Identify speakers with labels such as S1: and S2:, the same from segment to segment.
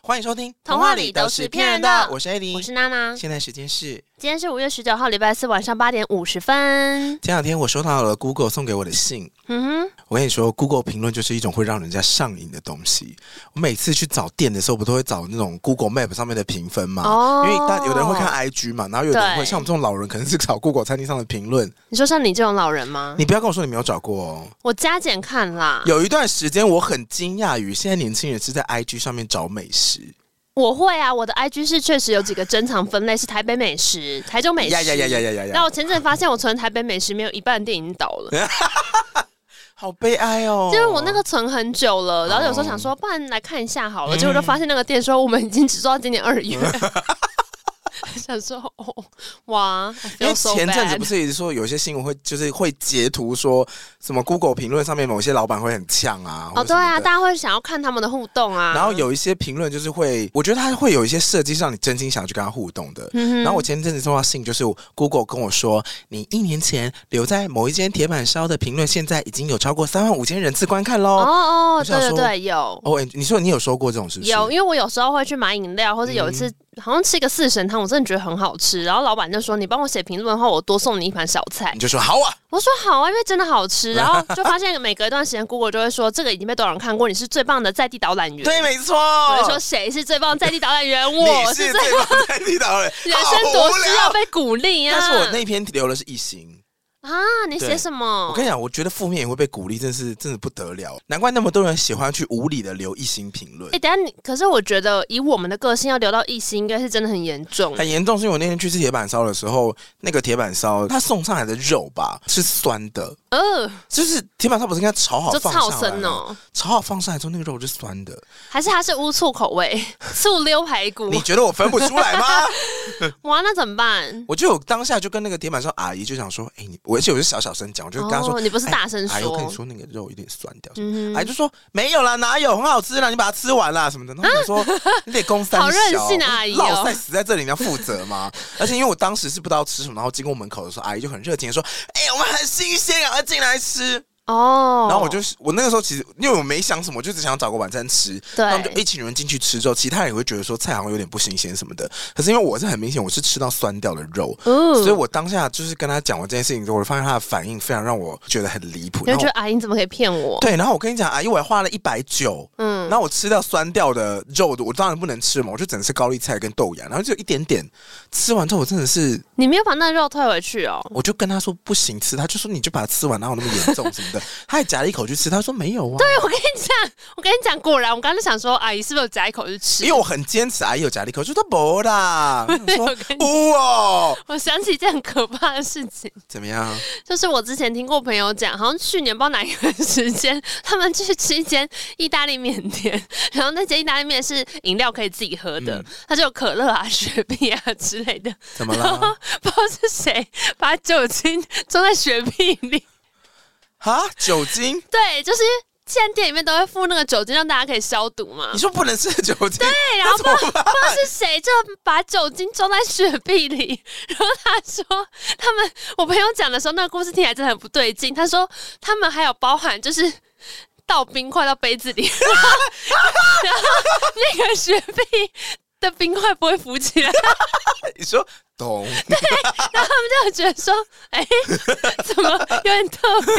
S1: 欢迎收听《
S2: 童话里都是骗人的
S1: 我是艾琳，
S2: 我是娜娜。
S1: 现在时间是
S2: 今天是五月十九号，礼拜四晚上八点五十分。
S1: 前两天我收到了 Google 送给我的信，
S2: 嗯哼，
S1: 我跟你说，Google 评论就是一种会让人家上瘾的东西。我每次去找店的时候，不都会找那种 Google Map 上面的评分嘛？
S2: 哦
S1: 因为大有的人会看 IG 嘛，然后有的人会
S2: 对
S1: 像我们这种老人，可能是找 Google 餐厅上的评论。
S2: 你说像你这种老人吗？
S1: 你不要跟我说你没有找过哦。
S2: 我加减看啦，
S1: 有一段时间我很惊讶于现在年轻人是在 IG 上面找美食。
S2: 我会啊，我的 IG 是确实有几个珍藏分类是台北美食、台中美食。
S1: 呀呀呀呀呀呀
S2: 然后
S1: 呀！
S2: 我前阵子发现我存台北美食没有一半店已经倒了，
S1: 好悲哀 哦。
S2: 因为我那个存很久了，然后有时候想说，不然来看一下好
S1: 嗯
S2: 了，结果就发现那个店说我们已经只做到今年二 月。想说哦，哇，
S1: 因为前阵子不
S2: 是
S1: 是一直说有些新闻会就是会截图说什么 Google 评论上面某些老板会很呛啊，或
S2: 哦，
S1: 者什
S2: 对
S1: 么
S2: 啊，
S1: 的
S2: 大家会想要看他们的互动啊，
S1: 然后有一些评论就是会，我觉得他会有一些设计是让你真心想要去跟他互动的。
S2: 嗯哼
S1: 然后我前阵子收到信，就是 Google 跟我说，你一年前留在某一间铁板烧的评论，现在已经有超过三万五千人次观看喽。
S2: 哦
S1: 我
S2: 哦，
S1: 想
S2: 对对
S1: 说
S2: 对，有
S1: 哦，哎你说你有收过这种是不是？嗯
S2: 有，因为我有时候会去买饮料，或者有一次、好像吃一个四神汤，我真的觉得很好吃，然后老板就说你帮我写评论的话，我多送你一盘小菜
S1: 你。就说好啊，
S2: 我说好啊，因为真的 好吃，然后就发现每隔一段时间，Google 就会说这个已经被多少人看过，你是最棒的在地导览员。
S1: 对，没错。
S2: 我就说谁是最棒的在地导览员？我
S1: 你
S2: 是
S1: 是
S2: 最
S1: 最棒在地导人，
S2: 人生
S1: 好
S2: 多
S1: 无
S2: 需
S1: 聊
S2: 要被鼓励啊！
S1: 但是我那篇留的是一星。
S2: 啊，你写
S1: 对
S2: 什么？
S1: 我跟你讲，我觉得负面也会被鼓励，真的是真的不得了，难怪那么多人喜欢去无理的留一星评论
S2: 哎、。等一下你，可是我觉得以我们的个性，要留到一星，应该是真的很严重。
S1: 很严重，是因为我那天去吃铁板烧的时候，那个铁板烧它送上来的肉吧是酸的，
S2: 呃，
S1: 就是铁板烧不是应该炒好
S2: 就
S1: 放
S2: 超
S1: 上来
S2: 生
S1: 吗，
S2: 哦，
S1: 炒好放上来之后那个肉是酸的，
S2: 还是它是乌醋 口味，醋溜排骨？
S1: 你觉得我分不出来吗？
S2: 哇，那怎么办？
S1: 我就有当下就跟那个铁板烧阿姨就想说，哎、你我而且我是小小声讲，我就跟她说，
S2: 哦你不是
S1: 哎
S2: 大声
S1: 阿姨，我跟你说
S2: 说
S1: 那个肉有点酸掉。
S2: 嗯哼
S1: 哎，就说没有啦，哪有很好吃啦，你把它吃完啦什么的。然后 我想说，你得公三小
S2: 好任性的阿姨哦
S1: 老在死在这里，你要负责吗？而且因为我当时是不知道吃什么，然后经过门口的时候，阿姨就很热情的说：“哎、我们很新鲜，赶快进来吃。
S2: 哦，
S1: 然后我就是我那个时候其实因为我没想什么，我就只想找个晚餐吃。
S2: 对
S1: 他们就一群人进去吃之后，其他人也会觉得说菜好像有点不新鲜什么的。可是因为我是很明显我是吃到酸掉的肉，
S2: 嗯
S1: 所以我当下就是跟他讲完这件事情之后，我发现他的反应非常让我觉得很离谱。
S2: 你
S1: 然
S2: 就
S1: 后
S2: 觉得阿姨你怎么可以骗我？
S1: 对，然后我跟你讲，阿姨，我还花了一百九，
S2: 嗯
S1: 然后我吃掉酸掉的肉，我当然不能吃嘛，我就只能吃高丽菜跟豆芽，然后就一点点。吃完之后，我真的是，
S2: 你没有把那肉退回去哦。
S1: 我就跟他说不行吃，他就说你就把它吃完，哪有那么严重什么的。他还夹了一口去吃，他说没有啊，
S2: 对，我跟你讲，我跟你讲，果然，我刚才想说，阿姨是不是有夹一口就吃？
S1: 因为我很坚持，哎阿姨有夹了一口，就说不 啦，我想说
S2: 我跟你
S1: 不哦，
S2: 我想起一件很可怕的事情，
S1: 怎么样？
S2: 就是我之前听过朋友讲，好像去年不知道哪一段时间， 他们去吃一间意大利面店，然后那间意大利面是饮料可以自己喝
S1: 嗯
S2: 的，它就有可乐啊、雪碧啊之类的。
S1: 怎么
S2: 然 后
S1: 了？
S2: 不知道是谁把酒精装在雪碧里，
S1: 啊，酒精？
S2: 对，就是现在店里面都会附那个酒精，让大家可以消毒嘛
S1: 你。说不能吃酒精？
S2: 对，然后不知道
S1: 那 怎
S2: 不
S1: 么
S2: 知道是谁就把酒精装在雪碧里， 然后他说他们，我朋友讲的时候，那个故事听起来真的很不对劲。他说他们还有包含就是。倒冰块到杯子里， 然后然后那个雪碧的冰块不会浮起来，
S1: 你说懂？
S2: 然后他们就觉得说，哎、怎么有点特别？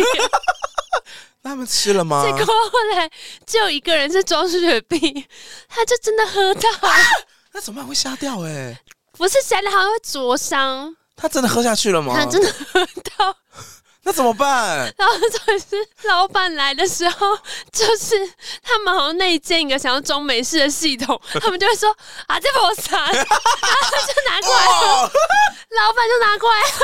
S1: 那他们吃了 吗？
S2: 结果后来只有一个人是装雪碧， 他就真的喝到，
S1: 那怎么办？会瞎掉哎、
S2: 不是想来好像会灼伤，
S1: 他真的喝下去了吗？
S2: 他真的喝到。
S1: 那怎么 办？
S2: 然后就是老板来的时候，就是他们好像内建一个想要装没事的系统，他们就会说啊这不我傻，然后就拿过来喝，
S1: 哇！
S2: 老板就拿过来 喝，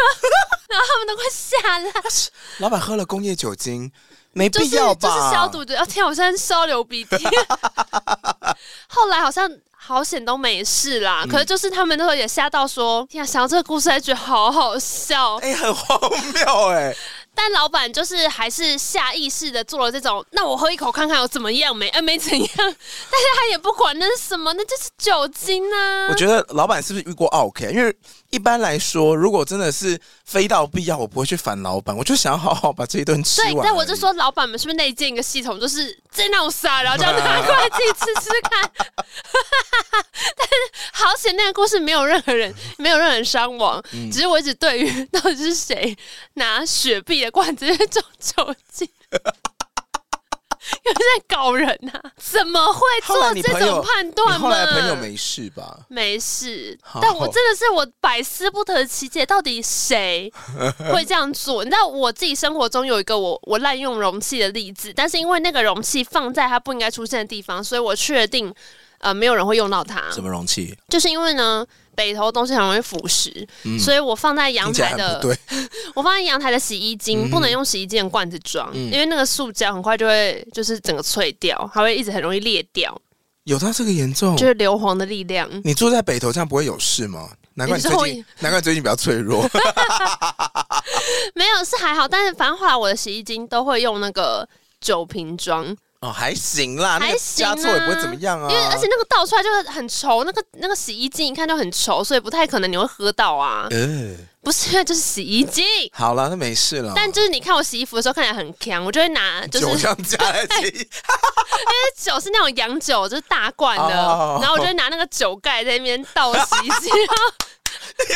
S2: 然后他们都快吓烂，
S1: 老板喝了工业酒精，没
S2: 就
S1: 必
S2: 是
S1: 要
S2: 就
S1: 吧？
S2: 是消毒的。哦天啊，我现在烧流 鼻涕。后来好像。好险都没事啦，
S1: 嗯
S2: 可是就是他们那时候也吓到说，天啊，想到这个故事还觉得好好笑。
S1: 哎、很荒谬哎、
S2: 但老板就是还是下意识的做了这种，那我喝一口看看有怎么样没？哎、没怎样， 但是他也不管那是什么，那就是酒精啊
S1: 我。觉得老板是不是遇过 OK？因为一般来说，如果真的是非到必要，我不会去烦老板，我就想要好好把这一顿吃
S2: 对
S1: 完。，
S2: 但我就，说老板们是 不是内建一个系统，就是这闹傻，然后就要拿过来自己吃吃看。且那个故事没有任 何人，没有任何人伤亡，
S1: 嗯
S2: 只是我一直对于到底是谁拿雪碧的罐子去装酒精， 有人在搞人呐、怎么会
S1: 后
S2: 做
S1: 来你
S2: 这
S1: 朋友
S2: 种判
S1: 你
S2: 断
S1: 后
S2: 嘛？
S1: 来朋友没事吧？
S2: 没事
S1: 好，
S2: 但我真的是我百思不得其解，到 底谁会这样做？你知道我自己生活中有一个我我滥用容器的例子，但是因为那个容器放在它不应该出现的地方，所以我确定呃没有人会用到它。
S1: 什么容器？
S2: 就是因为呢，北投东西很容易腐蚀，
S1: 嗯
S2: 所以我放在阳
S1: 听起来很
S2: 台的
S1: 不对。
S2: 我放在阳台的洗衣
S1: 嗯
S2: 精、不能用洗衣精的罐子装，
S1: 嗯
S2: 因为那个塑胶很快就会就是整个脆掉，还会一直很容易裂掉，
S1: 哦有到这个严重
S2: 就？是硫磺的力量。
S1: 你住在北头这样不会有事吗？难怪你最
S2: 你说
S1: 近，难怪你最近比较脆 弱。
S2: 没有是还好，但是反正后来我的洗衣精都会用那个酒瓶装，
S1: 哦，还行啦，那
S2: 还
S1: 个
S2: 行啊
S1: 加错也不会怎么样啊。
S2: 因为而且那个倒出来就是很稠，那个那个洗衣精一看就很稠，所以不太可能你会喝到啊。
S1: 呃，
S2: 不是，因为就是洗衣精。
S1: 好了，那没事了。
S2: 但就是你看我洗衣服的时候看起来很强，我就会拿，就是
S1: 啊酒这 样加在一起，
S2: 酒是那种洋酒，就是大罐的，
S1: 哦
S2: 然后我就会拿那个酒盖在那边倒洗 衣机，然后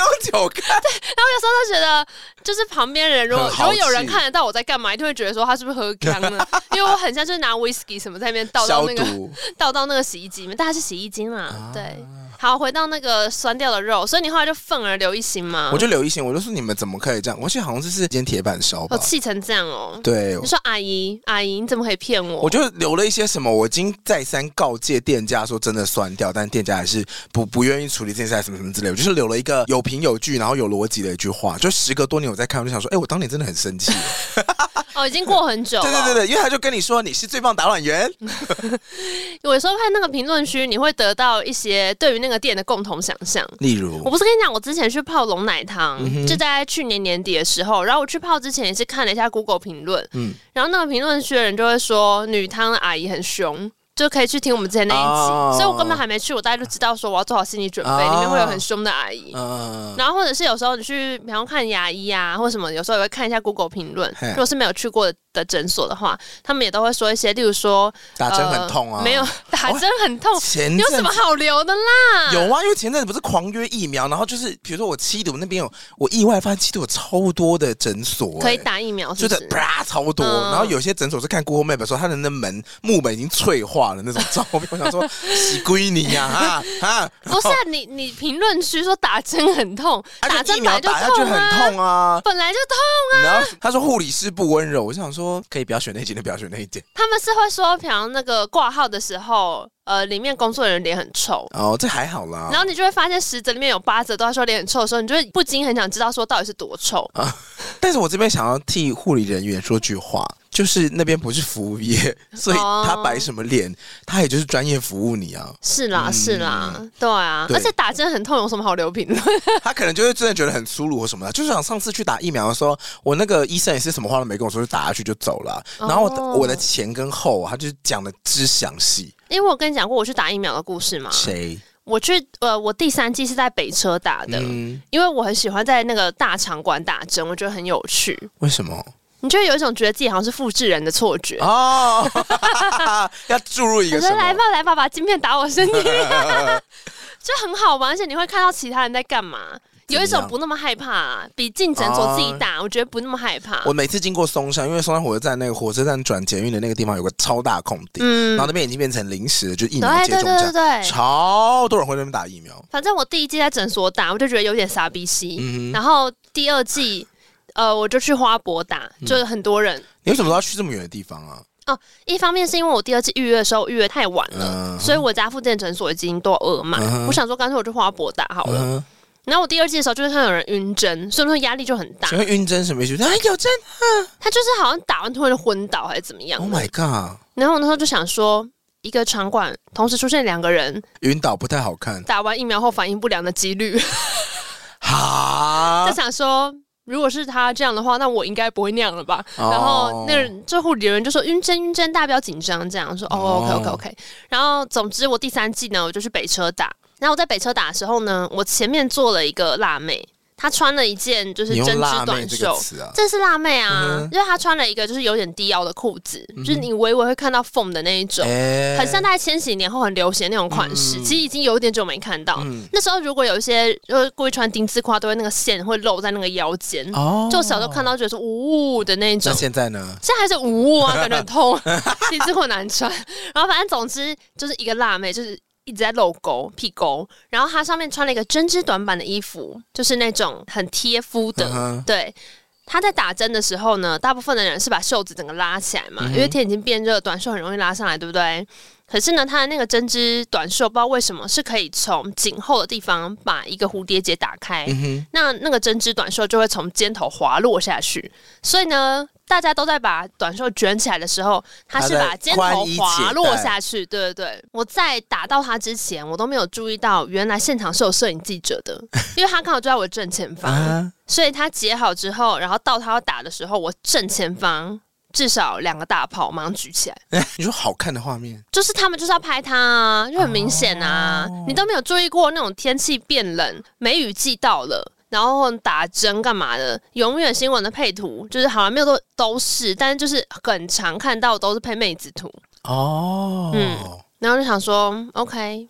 S1: 用酒看。
S2: 然后有时候就觉得，就是旁边人如果
S1: 很
S2: 如
S1: 豪
S2: 果
S1: 气
S2: 有人看得到我在干嘛，一定会觉得说他是不是喝康 了，因为我很像就是拿 whisky 什么在那边倒到
S1: 消
S2: 那个
S1: 毒，
S2: 倒到那个洗衣机里面，但它是洗衣精啦，
S1: 啊
S2: 对。好，回到那个酸掉的肉，所以你后来就愤而留一心吗？
S1: 我就留一线，我就说你们怎么可以这样？我记得好像是一间铁板烧
S2: 我
S1: 吧。
S2: 气成这样哦、
S1: 呃对
S2: 你，说阿姨，阿姨，你怎么可以骗我？
S1: 我就留了一些什么，我已经再三告诫店家说真的酸掉，但店家还是不不愿意处理这件事，还是什么什么之类的。我就是留了一个有凭有据，然后有逻辑的一句话。就时隔多年我再看，我就想说，哎、我当年真的很生气。
S2: 哦，已经过很久了。
S1: 对对对对，因为他就跟你说你是最棒导览员，
S2: 嗯有时候看那个评论区，你会得到一些对于那个店的共同想象。
S1: 例
S2: 我
S1: 如
S2: 不是跟你讲，我之前去泡龙奶汤，
S1: 嗯哼
S2: 就在去年年底的时候，然后我去泡之前也是看了一下 Google 评论，
S1: 嗯
S2: 然后那个评论区的人就会说女汤的阿姨很凶，就可以去听我们之前那一集，
S1: 哦
S2: 所以我根本还没去，我大概就知道说我要做好心理准备，
S1: 哦
S2: 里面会有很凶的阿姨。
S1: 嗯、
S2: 然后或者是有时候你去，比方看牙医啊，或什么，有时候也会看一下 Google 评论。
S1: 嘿
S2: 如果是没有去过的诊所的话，他们也都会说一些，例如说
S1: 打针很痛啊，
S2: 呃没有打针很痛，
S1: 前
S2: 有什
S1: 阵
S2: 么好留的啦？
S1: 有啊，因为前阵子不是狂约疫苗，然后就是比如说我七毒那边有，我意外发现七毒有超多的诊所、
S2: 可以
S1: 哎
S2: 打疫苗是
S1: 就
S2: 不
S1: 是
S2: 是？
S1: 啪超多，
S2: 嗯
S1: 然后有些诊所是看 Google Map 说他的那门木门已经脆化了那种照片，我想 说洗归你呀啊啊！
S2: 不是、啊、你，你评论区说打针很痛，
S1: 然后 而
S2: 打
S1: 啊且疫
S2: 针本
S1: 苗
S2: 来就
S1: 打下去
S2: 痛
S1: 很
S2: 啊，
S1: 痛啊。
S2: 本来就痛。
S1: 然后他说护理师不温柔，我就想说可以不要选那间，就不要选那一间。
S2: 他们是会说，比方那个挂号的时候，呃，里面工作人员脸很臭。
S1: 哦，这还好啦
S2: 然。后你就会发现十则里面有八则都在说脸很臭的时候，你就会不禁很想知道说到底是多臭。
S1: 啊但是我这边想要替护理人员说句话，就是那边不是服务业，所以
S2: 哦
S1: 他摆什么脸，他也就是专业服务你啊。
S2: 是啦，是啦，对啊
S1: 对
S2: 而且打针很痛有什么好留评论？
S1: 他可能就会真的觉得很粗鲁或什么的。就是像上次去打疫苗的时候，我那个医生也是什么话都没跟我说，就打下去就走了。啊
S2: 哦
S1: 然后我的、我的前跟后啊，他就是讲的之详细。
S2: 因为我跟你讲过我去打疫苗的故事嘛，
S1: 谁？
S2: 我去呃，我第三季是在北车打的，
S1: 嗯，
S2: 因为我很喜欢在那个大场馆打针，我觉得很有趣。
S1: 为什么？
S2: 你就会有一种觉得自己好像是复制人的错觉。
S1: 哦， 要注入一
S2: 我
S1: 个
S2: 说
S1: 什么？
S2: 来吧，来吧，把镜片打我 身体， 就很好玩，而且你会看到其他人在干嘛，
S1: 怎么样啊
S2: 有一种不那么害怕、啊比进诊所自己打，我觉得不那么害怕
S1: 我。每次经过松山，因为松山火车站那个火车站转捷运的那个地方有个超大空地，
S2: 嗯
S1: 然后，那边已经变成临时的，就是疫苗
S2: 对
S1: 接种
S2: 对对对
S1: 站，
S2: 对，
S1: 超多人会在那边打疫苗。
S2: 反正我第一季在诊所打，我就觉得有点傻逼兮，
S1: 嗯哼，
S2: 然后第二季。呃，我就去花博打，
S1: 嗯
S2: 就是很多人。
S1: 你为什么都要去这么远的地方啊？
S2: 一方面是因为我第二季预约的时候预约太晚了，
S1: 嗯
S2: 所以我家附近的诊所已经都有额满。
S1: 嗯哼
S2: 我想说，干脆我去花博打好了。
S1: 嗯
S2: 然后我第二季的时候就是看到有人晕针，所以说压力就很大
S1: 哼，。请问晕针什么意思？啊，有针
S2: 他就是好像打完突然就昏倒还是怎么样
S1: ！Oh my god！
S2: 然后我那时候就想说，一个场馆同时出现两个人
S1: 晕倒不太好看。
S2: 打完疫苗后反应不良的 几率，
S1: 哈啊
S2: 在，想说。如果是他这样的话，那我应该不会那样了吧？
S1: 哦
S2: 然后那个人就护理人就说嗯晕针晕针，大家不要紧张，这样我说哦
S1: 哦
S2: OK OK OK。然后总之我第三季呢，我就去北车打。然后我在北车打的时候呢，我前面坐了一个辣妹，她穿了一件就是
S1: 哦你
S2: 针
S1: 用“辣
S2: 织
S1: 妹”
S2: 短
S1: 这个
S2: 袖。
S1: 词啊？
S2: 这是辣妹啊，
S1: 嗯哼嗯
S2: 因为她穿了一个就是有点低腰的裤子，
S1: 哼
S2: 就是你微微会看到缝的那一种，
S1: 哎
S2: 很像大概千禧年后很流行的那种款式。
S1: 嗯
S2: 其实已经有一点久没看到，
S1: 嗯
S2: 那时候如果有一些就是故意穿丁字裤啊，都会那个线会露在那个腰间，
S1: 哦
S2: 就小时候看到觉得是呜呜的那一种
S1: 那。现在呢？
S2: 现在还是无啊，感觉很 痛， 丁字裤难穿。然后反正总之就是一个辣妹，就是一直在露沟屁沟，然后她上面穿了一个针织短版的衣服，就是那种很贴肤的，
S1: 嗯哼
S2: 对。她在打针的时候呢，大部分的人是把袖子整个拉起来
S1: 嗯
S2: 嘛，因为天已经变热，短袖很容易拉上来，对不对？可是呢，她的那个针织短袖不知道为什么是可以从颈后的地方把一个蝴蝶结打开，
S1: 嗯哼，
S2: 那那个针织短袖就会从肩头滑落下去。所以呢，大家都在把短袖卷起来的时候，他是把肩头滑落下去。对对对，我在打到他之前，我都没有注意到，原来现场是有摄影记者的，因为他刚好就在我正前方，
S1: 啊，
S2: 所以他截好之后，然后到他要打的时候，我正前方。至少两个大炮马上举起来，
S1: 你说好看的画面，
S2: 就是他们就是要拍他啊，就很明显啊，你都没有注意过那种天气变冷，梅雨季到了。然后打针干嘛的？永远新闻的配图就是好像没有都都是，但是就是很常看到都是配妹子图。
S1: 哦，
S2: 嗯然后就想说，OK，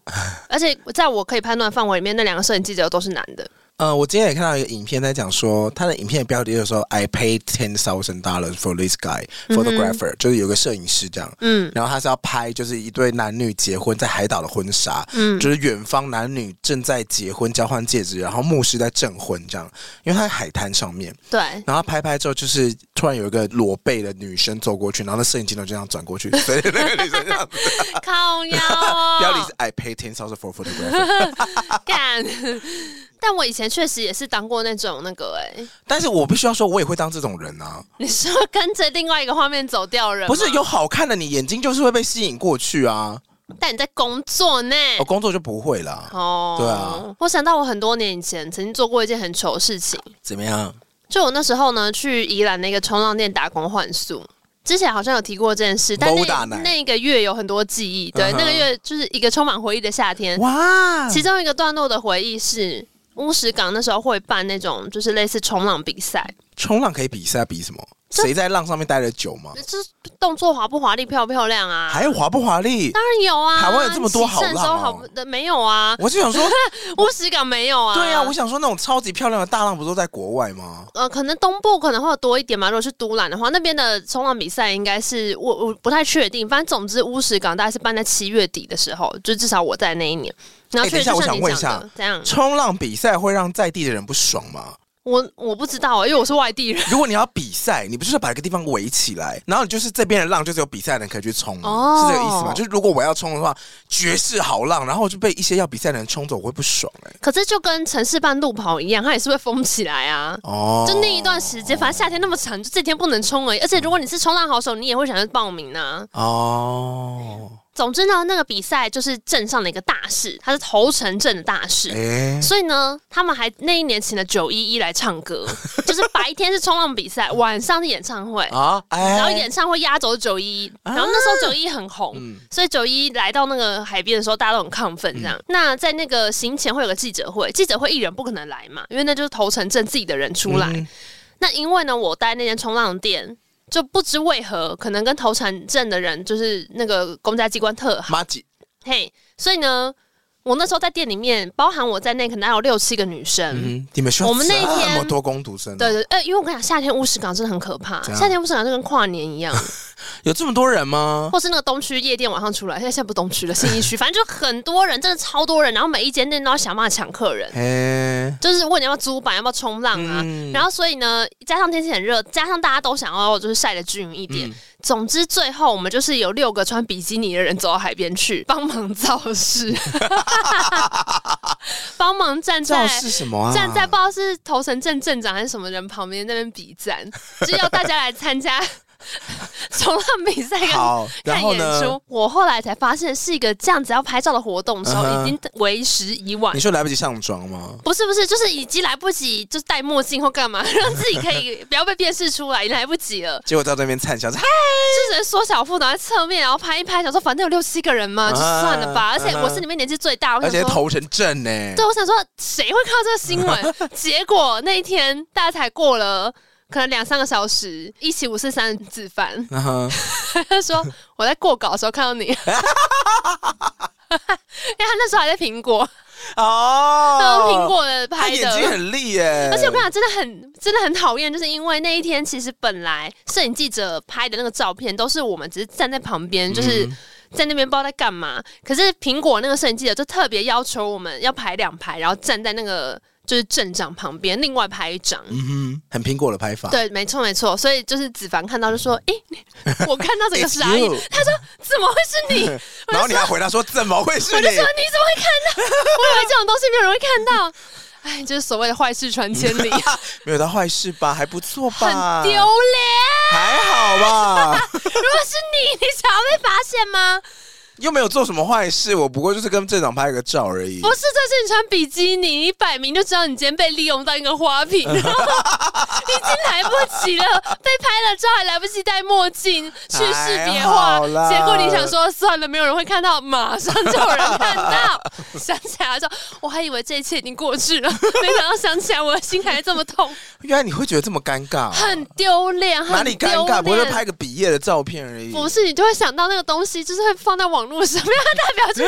S2: 而且在我可以判断范围里面，那两个摄影记者都是男的。
S1: 呃，我今天也看到一个影片在讲说，他的影片的标题就是说 “I paid ten thousand dollars for this guy photographer”，、就是有个摄影师这样，
S2: 嗯
S1: 然后他是要拍就是一对男女结婚在海岛的婚纱，
S2: 嗯，
S1: 就是远方男女正在结婚交换戒指，然后牧师在证婚这样，因为他在海滩上面，
S2: 对，
S1: 然后拍拍之后就是突然有一个裸背的女生走过去，然后那摄影镜头就这样转过 去，所以那个女生这样子，
S2: 靠腰 哦，
S1: 标题是 “I paid ten thousand for photographer”，
S2: 干。 但我以前确实也是当过那种那个、哎，
S1: 但是我必须要说，我也会当这种人啊。
S2: 你说跟着另外一个画面走掉的人吗，
S1: 不是有好看的，你眼睛就是会被吸引过去啊。
S2: 但你在工作呢。
S1: 我工作就不会啦。
S2: 哦，
S1: 对啊，
S2: 我想到我很多年以前曾经做过一件很糗的事情，
S1: 怎么样？
S2: 就我那时候呢去宜兰那个冲浪店打工换宿。之前好像有提过这件事，但
S1: 某大
S2: 那
S1: 奶
S2: 那一个月有很多记忆，
S1: 嗯
S2: 对
S1: 哼
S2: 那个月就是一个充满回忆的夏天。
S1: 哇！
S2: 嗯其中一个段落的回忆是乌石港那时候会办那种就是类似冲浪比赛，
S1: 冲浪可以比赛，比什么？谁在浪上面待得久吗？
S2: 就是动作华不华丽、漂不漂亮啊？
S1: 还有滑不滑力？
S2: 当然有啊，
S1: 台湾有这么多
S2: 起胜的时
S1: 好
S2: 候
S1: 浪哦
S2: 好不的没有啊，
S1: 我就想 说，
S2: 乌石港没有啊。
S1: 对啊，我想说那种超级漂亮的大浪不都在国外吗？
S2: 呃，可能东部可能会有多一点嘛。如果是都兰的话，那边的冲浪比赛应该是我我不太确定。反正总之，乌石港大概是办在七月底的时候，就至少我在那一年。然后
S1: 哎
S2: 确实
S1: 等一下我
S2: 就像
S1: 想
S2: 你
S1: 问一
S2: 讲的
S1: 下，
S2: 这样
S1: 冲浪比赛会让在地的人不爽吗？
S2: 我我不知道、啊，因为我是外地人。
S1: 如果你要比赛，你不就是把一个地方围起来，然后你就是这边的浪就只有比赛的人可以去冲吗？
S2: 哦
S1: 是这个意思吗？就是如果我要冲的话，绝世好浪，然后就被一些要比赛的人冲走，我会不爽哎、
S2: 可是就跟城市办路跑一样，它也是会封起来啊。
S1: 哦，
S2: 就那一段时间，反正夏天那么长，就这天不能冲而已。而且如果你是冲浪好手，你也会想去报名啊。
S1: 哦，
S2: 总之呢，那个比赛就是镇上的一个大事，它是头城镇的大事。
S1: 哎、
S2: 所以呢，他们还那一年请了九一一来唱 歌，就是白天是冲浪比赛，晚上是演唱会，
S1: 啊，哎，
S2: 然后演唱会压轴九一一，然后那
S1: 啊
S2: 时候九一一很红，
S1: 嗯
S2: 所以九一一来到那个海边的时候，大家都很亢奋这样。
S1: 嗯
S2: 那在那个行前会有个记者会，记者会艺人不可能来嘛，因为那就是头城镇自己的人出来。
S1: 嗯
S2: 那因为呢，我待那间冲浪店。就不知为何，可能跟头城镇的人就是那个公家机关特好。
S1: 妈吉，
S2: 嘿，所以呢，我那时候在店里面，包含我在内，可能还有六七个女生。
S1: 嗯，你们学校
S2: 我们那一天
S1: 这么多工读生、啊
S2: 对，对，呃，因为我跟你讲，夏天乌石港真的很可怕，
S1: 怎样
S2: 夏天乌石港就跟跨年一样，
S1: 有这么多人吗？
S2: 或是那个东区夜店晚上出来，现在现在不是东区了，信义区，反正就很多人，真的超多人，然后每一间店都要想办法抢客人。
S1: 哎，
S2: 就是问你要不要租板，要不要冲浪啊？
S1: 嗯
S2: 然后所以呢，加上天气很热，加上大家都想要就是晒得均匀一点，
S1: 嗯
S2: 总之最后我们就是有六个穿比基尼的人走到海边去帮忙造势， 帮忙站
S1: 这
S2: 在
S1: 是什么啊？
S2: 站在 不知道是头城镇镇长还是什么人旁边那边比赞，就是要大家来参加冲浪比赛跟
S1: 好，然
S2: 看
S1: 后
S2: 演
S1: 呢
S2: 出？，我后来才发现是一个这样子要拍照的活动的时候，
S1: 嗯哼
S2: 已经为时已晚
S1: 你。说来不及上妆吗？
S2: 不是不是，就是已经来不及，就是戴墨镜或干嘛， 让自己可 以不要被辨识出来，已经来不及了。
S1: 结果到那边灿笑，哈
S2: 就只能缩小腹，然后在侧面，然后拍一拍，想说反正有六七个人嘛，就算了吧。
S1: 啊
S2: 而且我是里面年纪最大，我
S1: 而
S2: 想
S1: 且
S2: 说，
S1: 头成正呢。
S2: 对，我想说谁会看到这个新 闻？结果那一天大家才过了可能两三个小时，一起五四三自翻，
S1: 嗯哼，
S2: 他说我在过稿的时候看 到你。因为他那时候还在苹果，哦他用苹
S1: 哦，
S2: 果的
S1: 他
S2: 拍
S1: 眼睛
S2: 的，
S1: 很利耶，
S2: 而且我跟你讲，真的很真的很讨厌，就是因为那一天其实本来摄影记者拍的那个照片都是我们只是站在旁边，就是
S1: 嗯
S2: 在那边不知道在干嘛。可是苹果那个摄影记者就特别要求我们要排两排，然后站在那个就是镇长旁边，另外拍一张。
S1: 嗯哼，很苹果的拍法。
S2: 对，没错没错，所以就是子凡看到就说：“诶，你我看到这个
S1: It's
S2: 傻眼
S1: you，
S2: 怎么会是 你？”
S1: 然后你还回答说怎么会是
S2: 我
S1: 你
S2: 就？说你怎么会看到？ 我以为这种东西没有人会看到。 哎，就是所谓的坏事传千 里，啊
S1: 没有到坏事吧，还不错
S2: 很
S1: 吧，
S2: 丢啊脸。
S1: 还好吧，
S2: 如果是你，你想要被发现吗？
S1: 又没有做什么坏事，我不过就是跟镇长拍个照而已
S2: 不。是，这是你穿比基尼，你摆明就知道你今天被利用到一个花瓶，然后 已经来不及了，被拍了照还来不及戴墨镜，去识别化
S1: 还好，啦
S2: 结果你想说算了，没有人会看到，马上就有人看到， 想起来说我还以为这一切已经过去了，没想到想起来我的心还这么痛，
S1: 原来你会觉得这么尴尬，
S2: 很丢脸，
S1: 哪
S2: 很
S1: 里
S2: 丢
S1: 尴尬？
S2: 脸。
S1: 不会拍个毕业的照片而已。
S2: 不是，你就会想到那个东西，就是会放在网络上 面，代表就是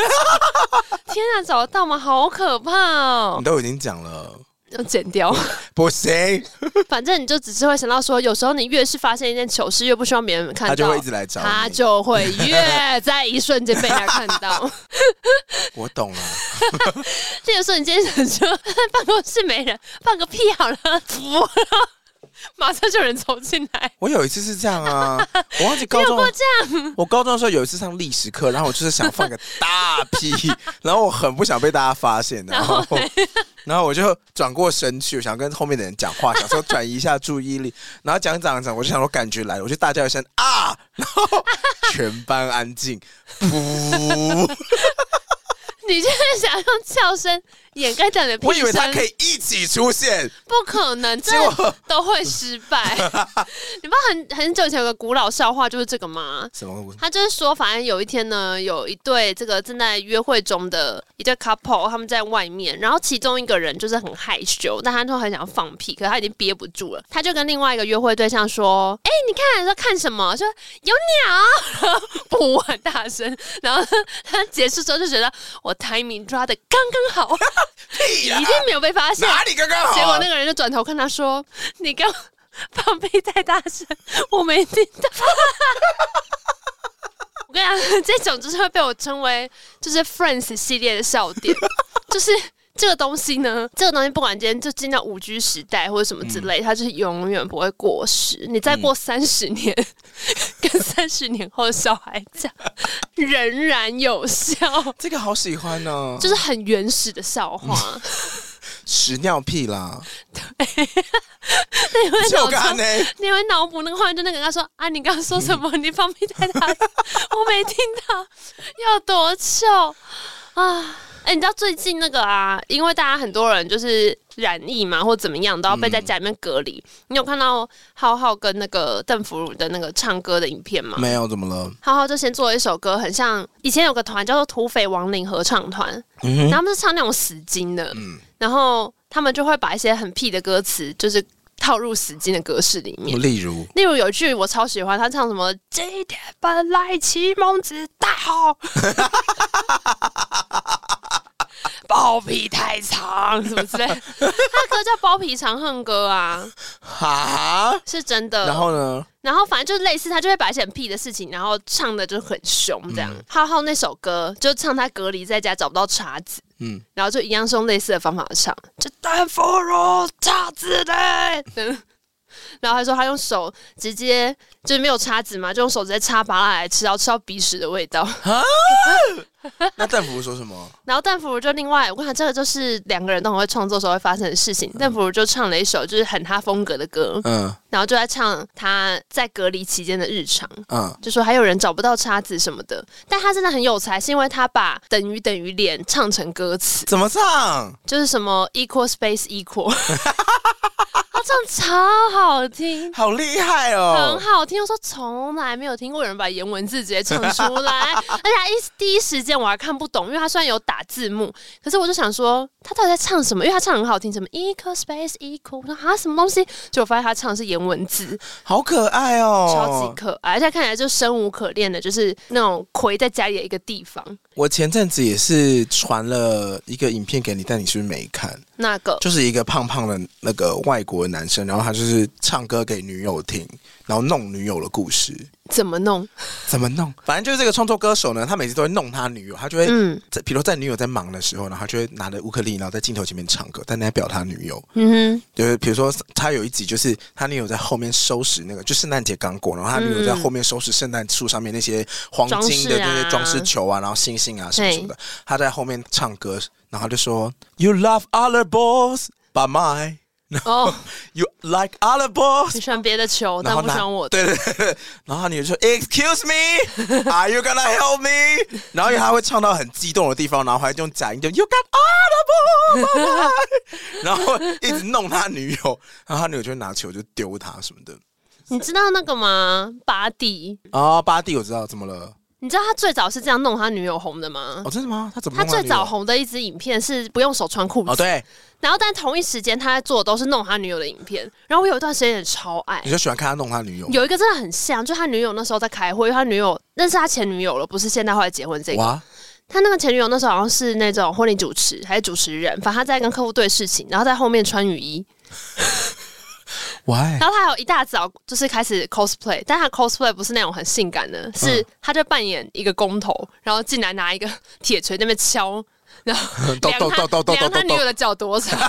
S2: 天啊，找得到吗？好可怕哦
S1: 你！都已经讲了，
S2: 要剪掉。
S1: 不行，
S2: 反正你就只是会想到说，有时候你越是发现一件糗事，越不希望别人看
S1: 他
S2: 到，
S1: 就会一直来找你
S2: 他就会越在一瞬间被人家看 到。
S1: 我懂了。
S2: 这个时候你今天想说办公室没人，放个屁好了， 服，马上就有人走进来。
S1: 我有一次是这样啊，我忘记高
S2: 你有
S1: 中
S2: 过，这样？
S1: 我高中的时候有一次上历史课，然后我就是想放个大屁，然后我很不想被大家发现，然后然后我就转过身去，我想跟后面的人讲话，想说转移一下注意力，然后讲讲讲，我就想说感觉来了，我就大叫一声啊，然后全班安静，噗，
S2: 你就是想用笑声掩盖掉你的屁声？
S1: 我以为他可以一起出现，
S2: 不可能，这
S1: 结果
S2: 都会失 败。你不知道很很久以前有个古老笑话就是这个吗？
S1: 什么？
S2: 他就是说，反正有一天呢，有一对这个正在约会中的一对 couple，他们在外面，然后其中一个人就是很害羞，但他就很想放屁，可是他已经憋不住了，他就跟另外一个约会对象说：“哎、你看，说看什么？说有鸟，然后不很大声。”然后他结束之后就觉得我 timing 抓的刚刚好，
S1: 屁
S2: 一
S1: 呀
S2: 定！没有被发现。
S1: 哪里刚刚好啊？
S2: 结果那个人就转头看他说：“你刚放屁太大声，我没听到。” 我跟你讲，这种就是会被我称为就是 Friends 系列的笑点，就是。这个东西呢，这个东西不管今天就进到五 G 时代或者什么之类，它就是永远不会过时。你再过三十年， 跟三十年后的小孩讲，仍然有效，
S1: 这个好喜欢呢、
S2: 就是很原始的笑话。
S1: 屎尿屁啦！
S2: 那你会
S1: 就
S2: 脑中
S1: 干呢？
S2: 你会脑补那个画面，就那个他说啊，你刚刚说什么？你放屁太大声，我没听到，要多糗啊！哎、你知道最近那个啊，因为大家很多人就是染疫嘛，或怎么样，都要被在家里面隔离。你有看到浩浩跟那个邓福如的那个唱歌的影片吗？
S1: 没有，怎么 了？
S2: 浩浩就先做了一首歌，很像以前有个团叫做土匪亡灵合唱团，
S1: 嗯哼嗯
S2: 然后他们是唱那种死金的，然后他们就会把一些很屁的歌词，就是套入死金的歌词里面。
S1: 例如，
S2: 例如有一句我超喜欢，他唱什么“这一天本来启蒙之 大好”， 包皮太长什么 之类，他的歌叫《包皮长恨歌》啊，
S1: 哈，
S2: 是真 的。
S1: 然后呢？
S2: 然后反正就类似，他就会把一些很屁的事情，然后唱的就很凶这样。浩浩那首歌就唱他隔离在家找不到叉子，
S1: 嗯，
S2: 然后就一样是用类似的方法唱，就丹佛如叉子嘞，嗯 然后他说他用手直接就是没有叉子嘛，就用手直接插拔蜡来吃，然后吃到鼻屎的味道。
S1: 那蛋福说什么？
S2: 然后邓福如就另外，我跟你讲，这个就是两个人都很会创作时候会发生的事情。邓福如就唱了一首就是很他风格的歌，
S1: 嗯
S2: 然后就在唱他在隔离期间的日常。
S1: 嗯，
S2: 就说还有人找不到叉子什么的，但他真的很有才，是因为他把“等于等于脸”唱成歌词，
S1: 怎么唱？
S2: 就是什么 “equal space equal”，他唱超好听，
S1: 好厉害哦
S2: 很！好听。我说从来没有听过有人把颜文字直接唱出来，而且他一第一时间我还看不懂，因为他虽然有打字幕，可是我就想说他到底在唱什么？因为他唱得很好听，什么 “equal space equal”，我说啊什么东西？结果发现他唱的是颜文字，
S1: 好可爱
S2: 超
S1: 哦
S2: 级！可爱，而且看起来就生无可恋的，就是那种魁在家里的一个地方。
S1: 我前阵子也是传了一个影片给你，但你是不是没看？
S2: 那个
S1: 就是一个胖胖的那个外国男生，然后他就是唱歌给女友听，然后弄女友的故事，
S2: 怎么弄？
S1: 怎么弄？反正就是这个创作歌手呢，他每次都会弄他女友，他就会
S2: 嗯
S1: 在，比如在女友在忙的时候，然后他就会拿着乌克丽，然后在镜头前面唱歌，但他表他女友，
S2: 嗯
S1: 就是比如说他有一集就是他女友在后面收拾那个，就圣诞节刚过，然后他女友在后面收拾圣诞树上面那些黄金的那些
S2: 装饰啊
S1: 装饰球啊，然后星星啊什么什么的，他在后面唱歌，然后他就说 You love other boys but mine,
S2: 哼，哦，
S1: you like other boys
S2: 你喜欢别的球，
S1: 然
S2: 但
S1: 后
S2: 不喜
S1: 拿
S2: 欢我的。
S1: 对对对对，然后他女儿说 Excuse me, are you gonna help me？然后因为他会唱到很激动的地方，然后还用假音就 You got all the ball，然后一直弄他女友，然后他女友就会拿球就丢他什么的。
S2: 你知道那个吗？巴蒂，
S1: 啊、巴蒂我知道怎么了？
S2: 你知道他最早是这样弄他女友红的吗？
S1: 哦，真的吗？他怎么
S2: 嗯他
S1: 弄
S2: 最
S1: 女友
S2: 早红的一支影片是不用手穿裤子，
S1: 哦，对，
S2: 然后但同一时间他在做的都是弄他女友的影片，然后我有一段时间也超爱
S1: 你，就喜欢看他弄他女友？
S2: 有一个真的很像，就他女友那时候在开会，因为他女友那是他前女友了，不是现在后来结婚这个，
S1: 哇，
S2: 他那个前女友那时候好像是那种婚礼主持还是主持人，反正他在跟客户对事情，然后在后面穿 雨衣，
S1: 喂，
S2: 然后他还有一大早就是开始 cosplay，但他 cosplay 不是那种很性感的，
S1: 嗯
S2: 是他就扮演一个工头，然后进来拿一个铁锤在那边敲，然后
S1: 抖
S2: 量
S1: 抖
S2: 他
S1: 抖抖抖
S2: 量他
S1: 抖
S2: 女友
S1: 抖
S2: 的脚多长，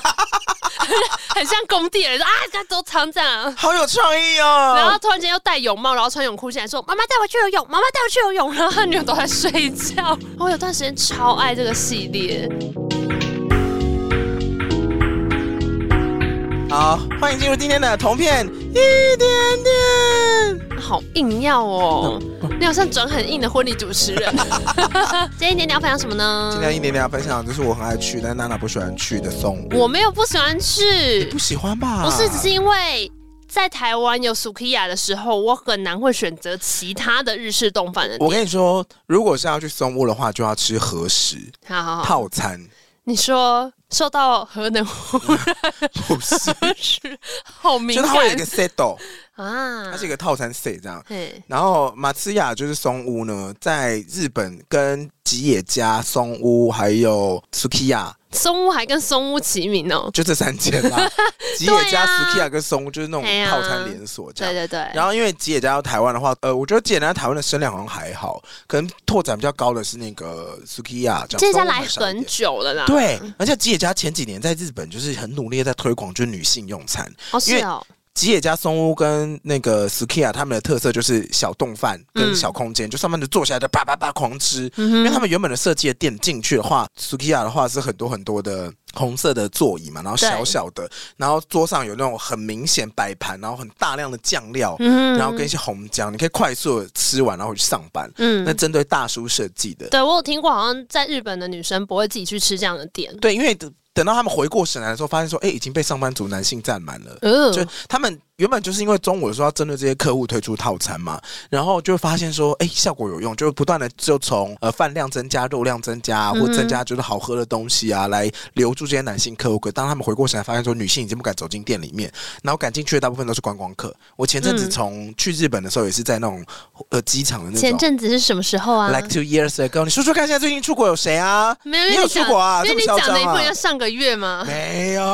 S2: 很像工地的人说啊，这多长这样。
S1: 好有创意
S2: 然后
S1: 哦！
S2: 突然间又戴泳帽，然后穿泳裤进来，说：“妈妈带我去游泳，妈妈带我去游泳。”然后他女友都在睡觉。我有段时间超爱这个系列，
S1: 好，欢迎进入今天的同片一点点。
S2: 好硬要哦！你好像转很硬的婚礼主 持人。今天一点你要分享什么呢？
S1: 今天一点点要分享，就是我很爱去，但是娜娜不喜欢去的松屋。
S2: 我没有不喜欢去
S1: 不，喜欢吧？
S2: 不是只是因为在台湾有 Sukiya 的时候，我很难会选择其他的日式冻饭的
S1: 我
S2: 店。
S1: 跟你说，如果是要去松屋的话，就要吃和食
S2: 好好好，
S1: 套餐，
S2: 你说受到核能污
S1: 不是，
S2: 染，好 敏
S1: 就是它会有一
S2: 感
S1: 个 set，哦
S2: 啊
S1: 它！是一个套餐 set 这样。
S2: 嘿，
S1: 然后马茨亚就是松屋呢，在日本跟吉野家、松屋还有 Sukiya
S2: 松屋还跟松屋齐名哦。
S1: 就这三间 啦。吉野
S2: 对
S1: 家、
S2: 啊
S1: Sukiya 跟松屋就是那
S2: 哎
S1: 种
S2: 呀
S1: 套餐连锁这样
S2: 对。对对，
S1: 然后因为吉野家到台湾的话，呃，我觉得吉野家台湾的声量好像还好，可能拓展比较高的是那个 Sukiya，这样
S2: 这
S1: 稍
S2: 家
S1: 微
S2: 来
S1: 好上一
S2: 很
S1: 点。
S2: 久嗯了啦。
S1: 对，而且吉野家前几年在日本就是很努力地在推广，就是女性用餐。
S2: 哦是
S1: 因为
S2: 哦，
S1: 吉野家、松屋跟那个 Sukiya 他们的特色就是小冻饭跟小空
S2: 嗯
S1: 间，就上班就坐下来就叭叭叭狂吃。因为他们原本的设计的店进去的话，Sukiya 的话是很多很多的红色的座椅嘛，然后
S2: 对
S1: 小小的，然后桌上有那种很明显摆盘，然后很大量的酱料，
S2: 嗯
S1: 然后跟一些红姜，你可以快速地吃完，然后回去上班。那
S2: 嗯，
S1: 针对大叔设计的，
S2: 对我有听过，好像在日本的女生不会自己去吃这样的店。
S1: 对，因为等等到他们回过神来的时候，发现说，哎，已经被上班族男性占满了。
S2: 嗯，
S1: 就他们原本就是因为中午的时候要针对这些客户推出套餐嘛，然后就发现说，哎、效果有用，就不断的就从呃饭量增加、肉量增加，或
S2: 嗯
S1: 增加就是好喝的东西啊，来留住这些男性客户。可当他们回过神来，发现说女性已经不敢走进店里面，然后敢进去的大部分都是观光客。我前阵子
S2: 嗯
S1: 从去日本的时候，也是在那种呃机场的那
S2: 前
S1: 种。
S2: 阵子是什么时候啊？
S1: Like two years ago，你说说看，现在最近出国有谁啊？
S2: 没有，因
S1: 你
S2: 为
S1: 有
S2: 讲
S1: 出国啊
S2: 因为
S1: 这么
S2: 你
S1: 嚣
S2: 讲的一
S1: 张啊
S2: 部要上个月吗？
S1: 没有，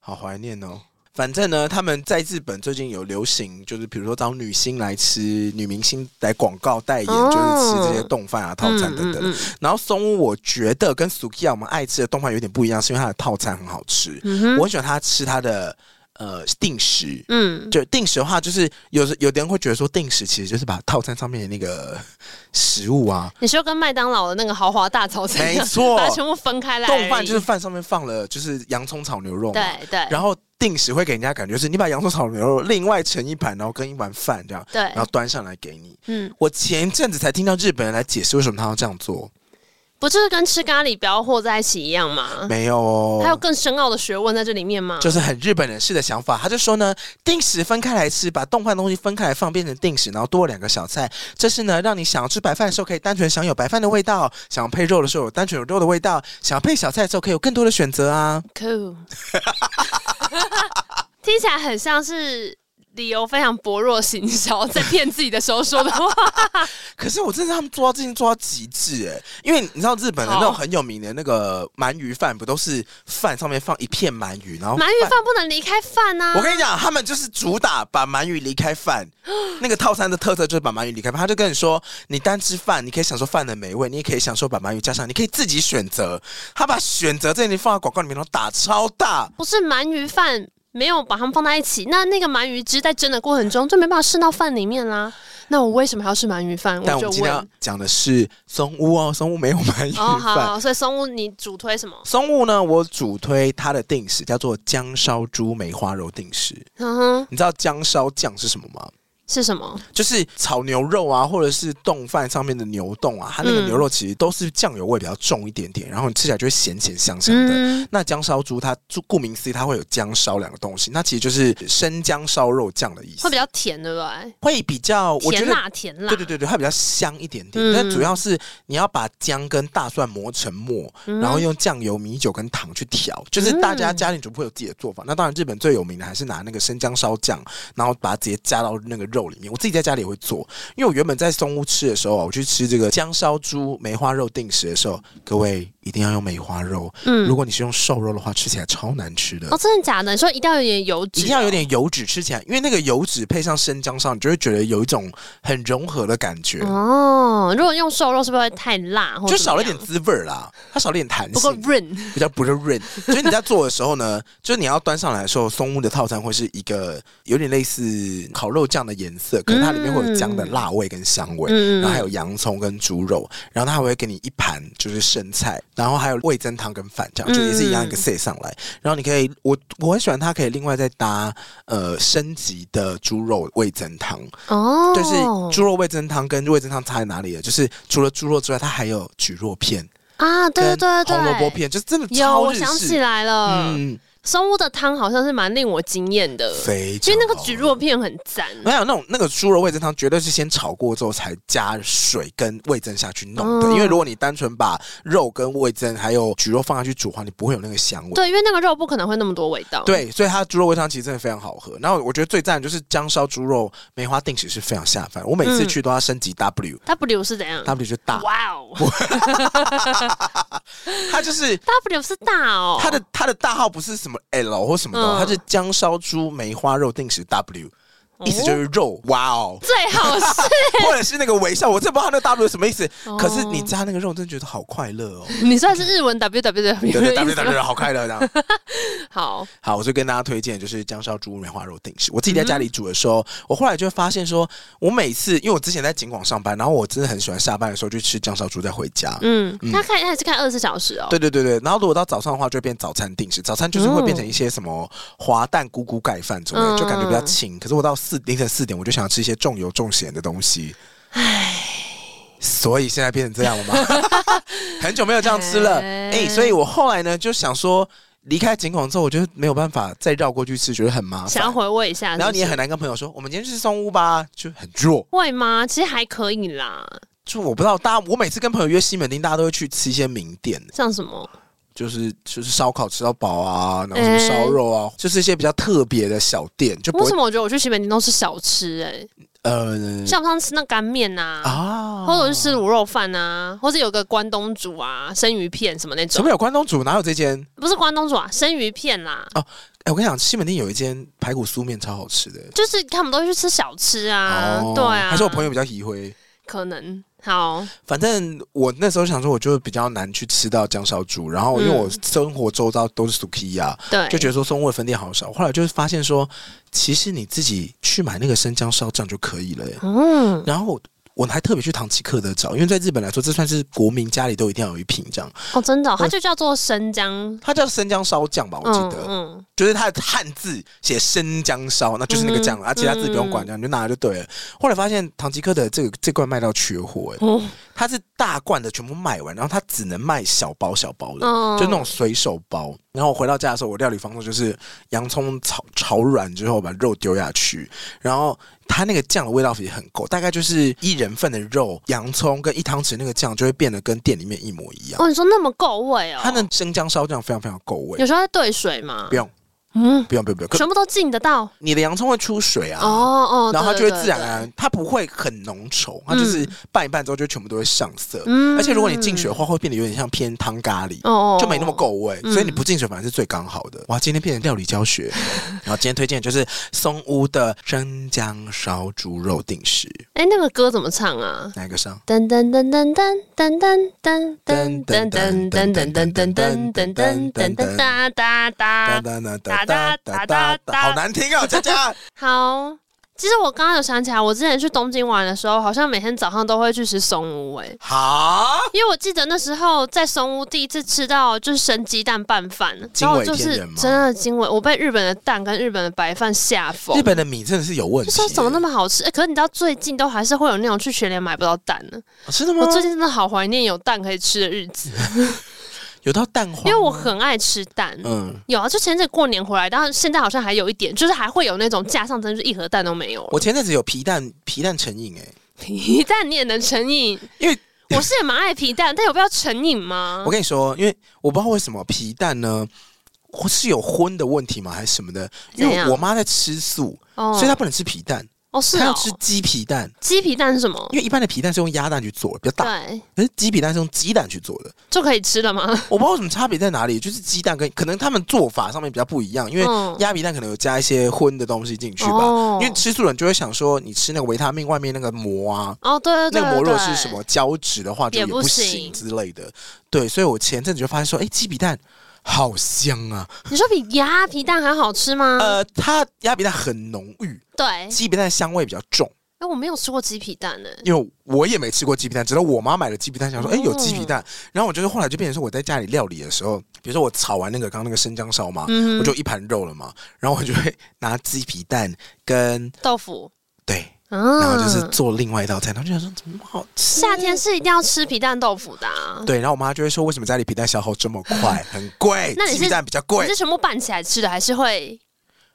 S1: 好怀念哦。反正呢，他们在日本最近有流行，就是比如说找女星来吃，女明星来广告代言，
S2: 哦
S1: 就是吃这些冻饭啊、套餐等等。
S2: 嗯嗯
S1: 然后松屋，我觉得跟 Sukiya 我们爱吃的冻饭有点不一样，是因为它的套餐很好吃。
S2: 嗯嗯哼
S1: 我很喜欢它吃它的呃定时。
S2: 嗯，
S1: 就定时的话，就是有时有的人会觉得说，定时其实就是把套餐上面的那个食物啊，
S2: 你说跟麦当劳的那个豪华大早餐一
S1: 没
S2: 样，
S1: 错
S2: 啊把它全部分开来而已，
S1: 冻饭就是饭上面放了就是洋葱炒牛肉嘛，
S2: 对对，
S1: 然后定时会给人家感觉是你把洋葱炒牛肉另外盛一盘，然后跟一碗饭这样，
S2: 对
S1: 然，后端上来给你。
S2: 嗯，
S1: 我前一阵子才听到日本人来解释为什么他要这样做，
S2: 不就是跟吃咖喱不要和在一起一样吗？
S1: 没有哦，
S2: 还嗯有更深奥的学问在这里面吗？
S1: 就是很日本人式的想法。他就说呢，定时分开来吃，把冻饭东西分开来放，变成定时，然后多两个小菜。这是呢，让你想要吃白饭的时候可以单纯享有白饭的味道，想要配肉的时候有单纯有肉的味道，想要配小菜的时候可以有更多的选择啊。
S2: cool，听起来很像是理由非常薄弱行销在骗自己的时候说 的话。
S1: 可是我真的是他们做到这件做到极致哎、因为你知道日本的那种
S2: 好
S1: 很有名的那个鳗鱼饭，不都是饭上面放一片鳗鱼，然后
S2: 鳗鱼。饭不能离开饭啊！
S1: 我跟你讲，他们就是主打把鳗鱼离开饭，那个套餐的特色就是把鳗鱼离开饭。他就跟你说，你单吃饭，你可以享受饭的美味，你也可以享受把鳗鱼加上，你可以自己选择。他把选择这件事情放在广告里面，然后打超大。
S2: 不是鳗鱼饭没有把它们放在一起，那那个鳗鱼汁在蒸的过程中就没办法渗到饭里面啦。那我为什么还要吃鳗鱼饭？
S1: 但我
S2: 就
S1: 们今天
S2: 问
S1: 要。讲的是松屋哦，松屋没有鳗 鱼
S2: 哦，好
S1: 饭。
S2: 好，所以松屋你主推什么？
S1: 松屋呢，我主推它的定食叫做姜烧猪梅花肉定食。
S2: 嗯哼，
S1: 你知道姜烧酱是什么吗？
S2: 是什么？
S1: 就是炒牛肉啊，或者是冻饭上面的牛冻啊，它那个
S2: 嗯
S1: 牛肉其实都是酱油味比较重一点点，然后你吃起来就会咸咸香香的。
S2: 嗯，
S1: 那姜烧猪它就顾名思义，它会有姜烧两个东西，那其实就是生姜烧肉酱的意思，
S2: 会比较甜，对不对？
S1: 会比较，我觉
S2: 甜
S1: 得
S2: 辣甜辣，
S1: 对对对对，它比较香一点点。
S2: 嗯
S1: 但主要是你要把姜跟大蒜磨成末，
S2: 嗯
S1: 然后用酱油、米酒跟糖去调。就是大家家庭主妇会有自己的做法。那当然，日本最有名的还是拿那个生姜烧酱，然后把它直接加到那个肉里面。我自己在家里也会做，因为我原本在松屋吃的时候啊，我去吃这个姜烧猪梅花肉定时的时候，各位一定要用梅花肉。如
S2: 嗯，
S1: 果你是用瘦肉的话，吃起来超难吃的
S2: 哦，。啊真的假的？你说一定要有点油脂，
S1: 一定要有。点油脂，吃起来，因为那个油脂配上生姜烧，你就会觉得有一种很融合的感觉。
S2: 哦，如果用瘦肉是不是会太辣？或
S1: 就
S2: 哦怎么
S1: 少了一点
S2: 样，
S1: 滋味儿啦，它少了点弹
S2: 不够
S1: 性，
S2: 润。
S1: 比较不是润。所以你在做的时候呢，就是你要端上来的时候，松屋的套餐会是一个有点类似烤肉酱的颜色，可是它里面会有姜的辣味跟香味，
S2: 嗯
S1: 然后还有洋葱跟猪肉，然后它还会给你一盘就是剩菜，然后还有味增汤跟饭这样，就也是一样一
S2: 嗯
S1: 个 set 上来。然后你可以，我我很喜欢它可以另外再搭呃升级的猪肉味增汤，
S2: 哦，
S1: 就是猪肉味增汤跟味增汤差在哪里了？就是除了猪肉之外，它还有蒟蒻片。
S2: 啊，对对对对，
S1: 红萝卜片，就是真的
S2: 有，
S1: 超
S2: 我
S1: 日
S2: 想起
S1: 式。
S2: 来了，
S1: 嗯，
S2: 松屋的汤好像是蛮令我惊艳的，
S1: 非常
S2: 因为呃那个
S1: 好
S2: 蒟蒻片很赞。
S1: 我想那种那个猪肉味增汤，绝对是先炒过之后才加水跟味增下去弄的。
S2: 嗯
S1: 因为如果你单纯把肉跟味增还有蒟蒻放下去煮的话，你不会有那个香味。
S2: 对，因为那个肉不可能会那么多味道。，
S1: 对，所以它猪肉味汤其实真的非常好喝。然后我觉得最赞的就是姜烧猪肉梅花定食是非常下饭，我每次
S2: 嗯
S1: 去都要升级 W，W、
S2: W 是怎样？
S1: W 就大，
S2: 哇哦
S1: 它就是
S2: ，W 是大哦，
S1: 它的它的大号不是什么 L 或什么的哦，
S2: 嗯
S1: 它是姜烧猪梅花肉定食 W，意思就是
S2: 哦
S1: 肉，哇哦，
S2: 最好是
S1: 或者是那个微笑，我真不知道那个 W 什么意思。
S2: 哦
S1: 可是你加那个肉，真的觉得好快乐 哦。
S2: 你算是日文 W W
S1: 对对
S2: W
S1: ，W W 好快乐这样。
S2: 好，
S1: 好，我就跟大家推荐就是姜烧猪梅花肉定食。我自己在家里煮的时候，我后来就发现说，我每次因为我之前在景广上班，然后我真的很喜欢下班的时候去吃姜烧猪再回家。
S2: 嗯，他看他还是看二十四小时哦，
S1: 对对对对，然后如果到早上的话，就会变早餐定食。早餐就是会变成一些什么滑蛋咕咕盖饭之类的，
S2: 嗯
S1: 就感觉比较轻。可是我到四凌晨四点，我就想吃一些重油重咸的东西。唉，所以现在变成这样 了吗？很久没有这样吃了，哎、
S2: 哎
S1: 所以我后来呢就想说，离开景广之后，我就没有办法再绕过去吃，觉得很麻
S2: 想要
S1: 烦。
S2: 回味一下是不是。
S1: 然后你也很难跟朋友说，我们今天去吃松屋吧，就很弱。
S2: 会吗？其实还可以啦，
S1: 就我不知道，大家我每次跟朋友约西门町，大家都会去吃一些名店，
S2: 像什么
S1: 就是就是烧烤吃到饱啊，然后什么烧肉啊，就是一些比较特别的小店，就不
S2: 嗯为
S1: 会
S2: 什么我觉得我去西门町都吃小吃、欸？
S1: 呃
S2: 像我上次吃那干面呐、
S1: 啊
S2: 或者我去吃卤肉饭啊，或者有个关东煮啊，生鱼片什么那
S1: 什
S2: 种
S1: 么，有关东煮，哪有这间？
S2: 不是关东煮啊，生鱼片啦，
S1: 哎、我跟你讲，西门町有一间排骨酥面超好吃的。
S2: 就是他们都去吃小吃啊，
S1: 哦
S2: 对啊，
S1: 还是我朋友比较喜欢，
S2: 可能好，
S1: 反正我那时候想说，我就比较难去吃到姜烧猪，然后因为我生活周遭都是 Sukiya，、
S2: 嗯对，
S1: 就觉得说松味分店好少。后来就是发现说，其实你自己去买那个生姜烧酱就可以了、欸。
S2: 嗯，
S1: 然后我还特别去唐吉诃德找，因为在日本来说，这算是国民家里都一定要有一瓶这样。
S2: 哦，真的哦、它
S1: 我
S2: 就叫做生姜，
S1: 它叫生姜烧酱吧，我记得，
S2: 嗯
S1: 就是它的汉字写生姜烧，那就是那个酱了，
S2: 嗯
S1: 啊，其他字不用管，这样你就拿就对了。后来发现唐吉诃德这个这罐卖到缺货、欸，
S2: 嗯，
S1: 它是大罐的全部卖完，然后它只能卖小包小包的，
S2: 哦
S1: 就那种随手包。然后我回到家的时候，我料理方式就是洋葱炒炒软之后把肉丢下去，然后它那个酱的味道也很够，大概就是一人份的肉、洋葱跟一汤匙那个酱就会变得跟店里面一模一样。
S2: 哦，你说那么够味哦，
S1: 它的生姜烧酱非常非常够味
S2: 有，时候在兑水嘛
S1: 不，用
S2: 嗯，
S1: 不用不用不用，可
S2: 全部都进得到，
S1: 你的洋葱会出水啊。
S2: 哦哦，
S1: 然后它就
S2: 对
S1: 会
S2: 对
S1: 自然
S2: 对
S1: 而然，它不会很浓稠，它就是拌一拌之后就全部都会上色。
S2: 嗯
S1: 而且如果你进水的话，会变得有点像偏汤咖喱。
S2: 哦，
S1: 就没那么够味，
S2: 嗯
S1: 所以你不进水反而是最刚好的。哇，今天变成料理教 学，然后今天推荐的就是松屋的生姜烧猪肉定食，
S2: 哎，那个歌怎么唱啊？
S1: 哪一个上？
S2: 噔噔噔噔噔噔噔噔噔噔噔噔噔噔噔噔噔噔噔噔哒哒
S1: 哒
S2: 啊哒。
S1: 哒哒哒哒哒哒哒，好难听啊，佳 佳。
S2: 好，其实我刚刚有想起来，我之前去东京玩的时候，好像每天早上都会去吃松屋、哎，
S1: 好，
S2: 因为我记得那时候在松屋第一次吃到就是生鸡蛋拌饭，
S1: 惊
S2: 然后
S1: 为
S2: 就
S1: 天
S2: 是
S1: 人吗
S2: 真的惊为，我被日本的蛋跟日本的白饭吓疯
S1: 日。本的米真的是有问
S2: 就
S1: 题，
S2: 说怎么那么好吃？哎、可是你知道最近都还是会有那种去全联买不到蛋的。
S1: 哦真的
S2: 我
S1: 吗？
S2: 最近真的好怀念有蛋可以吃的日子，
S1: 有到蛋黄，
S2: 因为我很爱吃蛋。
S1: 嗯，
S2: 有啊，就前阵子过年回来，但是现在好像还有一点，就是还会有那种架上真是一盒蛋都没有 了。
S1: 我前阵子有皮蛋皮蛋成瘾哎，
S2: 皮蛋你也能成瘾？
S1: 因为
S2: 我是也蛮爱皮蛋，但有必要成瘾吗
S1: 我？跟你说，因为我不知道为什么皮蛋呢。是有荤的问题吗，还是什么的？因
S2: 怎
S1: 为
S2: 样
S1: 我妈在吃素，
S2: 哦
S1: 所以她不能吃皮蛋。
S2: 哦是
S1: 他要
S2: 哦，
S1: 吃鸡皮蛋，
S2: 鸡皮蛋是什么？
S1: 因为一般的皮蛋是用鸭蛋去做的，比较大，
S2: 对，
S1: 可是鸡皮蛋是用鸡蛋去做的。
S2: 就可以吃了吗？
S1: 我不知道什么差别在哪里，就是鸡蛋跟可能他们做法上面比较不一样，因为
S2: 嗯
S1: 鸭皮蛋可能有加一些荤的东西进去吧。
S2: 哦
S1: 因为吃素人就会想说，你吃那个维他命外面那个膜啊，
S2: 哦，对
S1: 那
S2: 对对，
S1: 个膜
S2: 对
S1: 若是什？么胶质的话，就
S2: 也
S1: 也
S2: 不
S1: 不
S2: 行
S1: 行之类的。对，所以我前阵子就发现说，哎，鸡皮蛋好香啊！
S2: 对你说比鸭皮蛋还好吃吗？
S1: 呃，它鸭皮蛋很浓郁，
S2: 对，哎、
S1: 鸡皮蛋香味比较重。
S2: 我没有吃过鸡皮蛋呢、欸
S1: 因为我也没吃过鸡皮蛋，直到我妈买了鸡皮蛋，想说
S2: 哦
S1: 哎、诶有鸡皮蛋，然后我就是后来就变成说我在家里料理的时候，比如说我炒完那个刚刚那个生姜烧嘛，
S2: 嗯
S1: 我就一盘肉了嘛，然后我就会拿鸡皮蛋跟
S2: 豆腐，
S1: 对，
S2: 嗯
S1: 然后就是做另外一道菜，然后就想说怎么那么好吃。
S2: 夏天是一定要吃皮蛋豆腐的、啊。
S1: 对，然后我妈就会说：“为什么家里皮蛋消耗这么快？很贵
S2: 那，你是
S1: 鸡皮蛋比较
S2: 你
S1: 贵
S2: 是。全部拌起来吃的，还是会？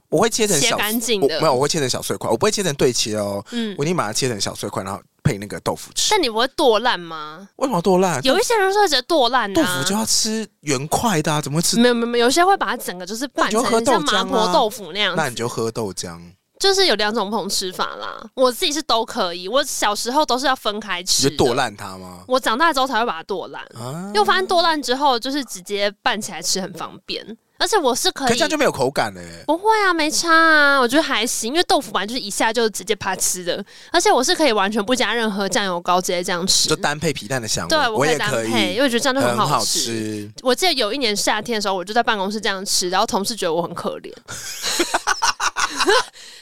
S1: 我会切成
S2: 切
S1: 小，
S2: 干净
S1: 我
S2: 的
S1: 没有，我会切成小碎块，我不会切成对切哦。
S2: 嗯
S1: 我，一定把它切成小碎块，然后配那个豆腐吃。
S2: 但你不会剁烂吗？
S1: 为什么要剁烂？
S2: 有一些人说觉得剁烂
S1: 豆
S2: 啊
S1: 腐就，要吃圆块的、啊，怎么会吃
S2: 没有没有没有，有些会把它整个就是拌
S1: 那你就喝
S2: 成像
S1: 豆浆
S2: 麻
S1: 啊
S2: 婆豆腐那样
S1: 那
S2: 子，
S1: 你就喝豆浆。
S2: 就是有两种不同吃法啦。我自己是都可以，我小时候都是要分开
S1: 你
S2: 吃
S1: 就
S2: 的，
S1: 剁烂它吗？
S2: 我长大之后才会把它剁烂。
S1: 啊
S2: 因，为我发现剁烂之后，就是直接拌起来吃很方便，而且我是可
S1: 可
S2: 以
S1: 这样就没有口感嘞、欸。
S2: 不会啊，没差啊，我觉得还行，因为豆腐本来就是一下就直接啪吃的，而且我是可以完全不加任何酱油膏直接这样
S1: 就
S2: 吃。
S1: 单配皮蛋的香味，
S2: 对，我
S1: 也
S2: 单
S1: 可
S2: 配，因
S1: 以，
S2: 为我觉得这样就
S1: 很
S2: 好
S1: 好。吃。
S2: 我记得有一年夏天的时候，我就在办公室这样吃，然后同事觉得我很可怜，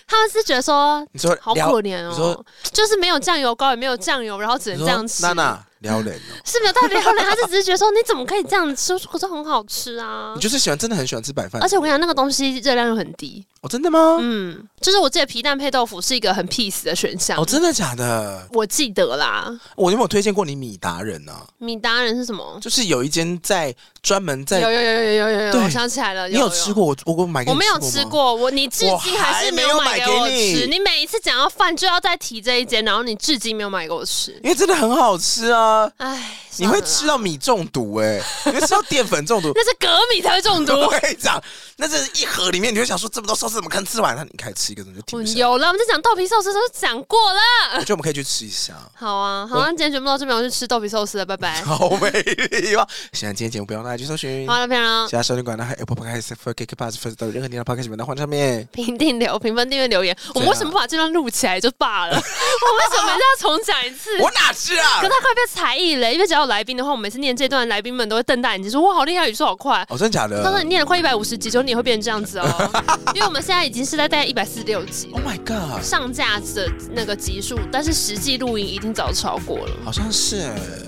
S2: 他们是觉得说
S1: 你说
S2: 好
S1: 撩
S2: 可怜
S1: 你
S2: 哦
S1: 说，
S2: 就是没有酱油膏，也没有酱油，然后只
S1: 你
S2: 能
S1: 说
S2: 这样吃。
S1: 娜娜撩人哦，
S2: 是没有代表人，他是只是觉得说你怎么可以这样吃？可是很好吃啊
S1: 你，就是喜欢，真的很喜欢吃白饭。
S2: 而且我跟你讲，那个东西热量又很低。
S1: 哦，真的吗？
S2: 嗯，就是我记得皮蛋配豆腐是一个很 peace 的选项。
S1: 哦，真的假的？
S2: 我记得啦，
S1: 我有没有推荐过你米达人啊？
S2: 米达人是什么？
S1: 就是有一间在专门
S2: 有
S1: 在，
S2: 有有有有有有，
S1: 对
S2: 我想起来了，
S1: 你有吃？过？我我我买给
S2: 我
S1: 你
S2: 没有
S1: 吗
S2: 吃。过，我你至
S1: 我
S2: 今还是
S1: 还
S2: 没
S1: 没有
S2: 买
S1: 买
S2: 给
S1: 给
S2: 我
S1: 你
S2: 吃。你每一次讲到饭就要再提这一间，然后你至今没有买给我吃。
S1: 因为真的很好吃啊！
S2: 唉，
S1: 你会吃到米中毒哎、
S2: 。
S1: 你会吃到淀粉中毒
S2: 那是隔米才会 中毒。
S1: 我跟你讲，那这一盒里面，你会想说这么多寿司怎么可能吃完？那你开始吃一个，你就停
S2: 我
S1: 不下来。
S2: 嗯有了，我们在讲豆皮寿司的时候讲过
S1: 我
S2: 了。
S1: 觉得我们可以去吃一下。
S2: 好啊，好啊，今天全部到这边，我去吃豆皮寿司了，拜拜。
S1: 好 美丽哦！喜欢今天节目，不要忘了去搜寻
S2: 好了，啊漂亮
S1: 其。他收听管道，还有 Apple Podcast、First Kick Pass、First 等任何地方 Podcast 平台换上面。
S2: 评定留评分、订阅、留言，我
S1: 对
S2: 们
S1: 啊
S2: 为什么不把这段录起来就罢 了？我为什么一定要重讲一次？
S1: 我哪知啊
S2: 可？它快变才艺了，因为只要有来宾的话，我每次念这段，来宾们都会瞪大眼睛说：“哇，好厉害，语速好快。”
S1: 哦，真的假的
S2: 到时候你念了快一百五十集，就你也会变成这样 子哦，因为我们现在已经是在大概一百四十六集
S1: ？Oh my god！
S2: 上架的那个集数，但是实际录音已经早超过了。
S1: 好像是。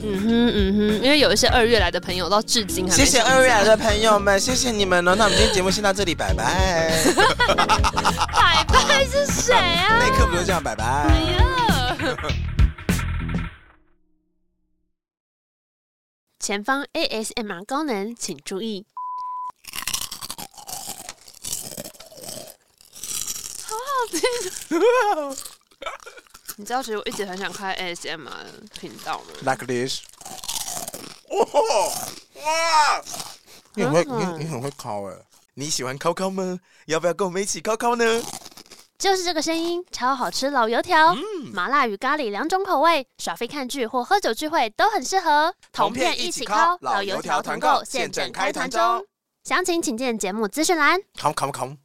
S2: 嗯哼嗯哼，因为有一些二月来的朋友到至今还没
S1: 谢谢二月来的朋友们，谢谢你们了。那我们今天节目先到这里，拜拜。
S2: 海拜是谁啊？
S1: 那一刻不就这样，拜拜。
S2: 哎呀！前方 ASMR 功能，请注意。好好听！你知道，其实我一直很想开 ASMR 的频道吗？
S1: Like this。哦哇！你很会，你你很会敲哎。你喜欢敲敲吗？要不要跟我们一起敲敲呢？
S3: 就是这个声音，超好吃老油条，
S1: 嗯
S3: 麻辣与咖喱两种口味，耍飞看剧或喝酒聚会都很适合。
S1: 同片一起烤老油条团购现正开团中，
S3: 详情请见节目资讯栏。
S1: 敲敲敲。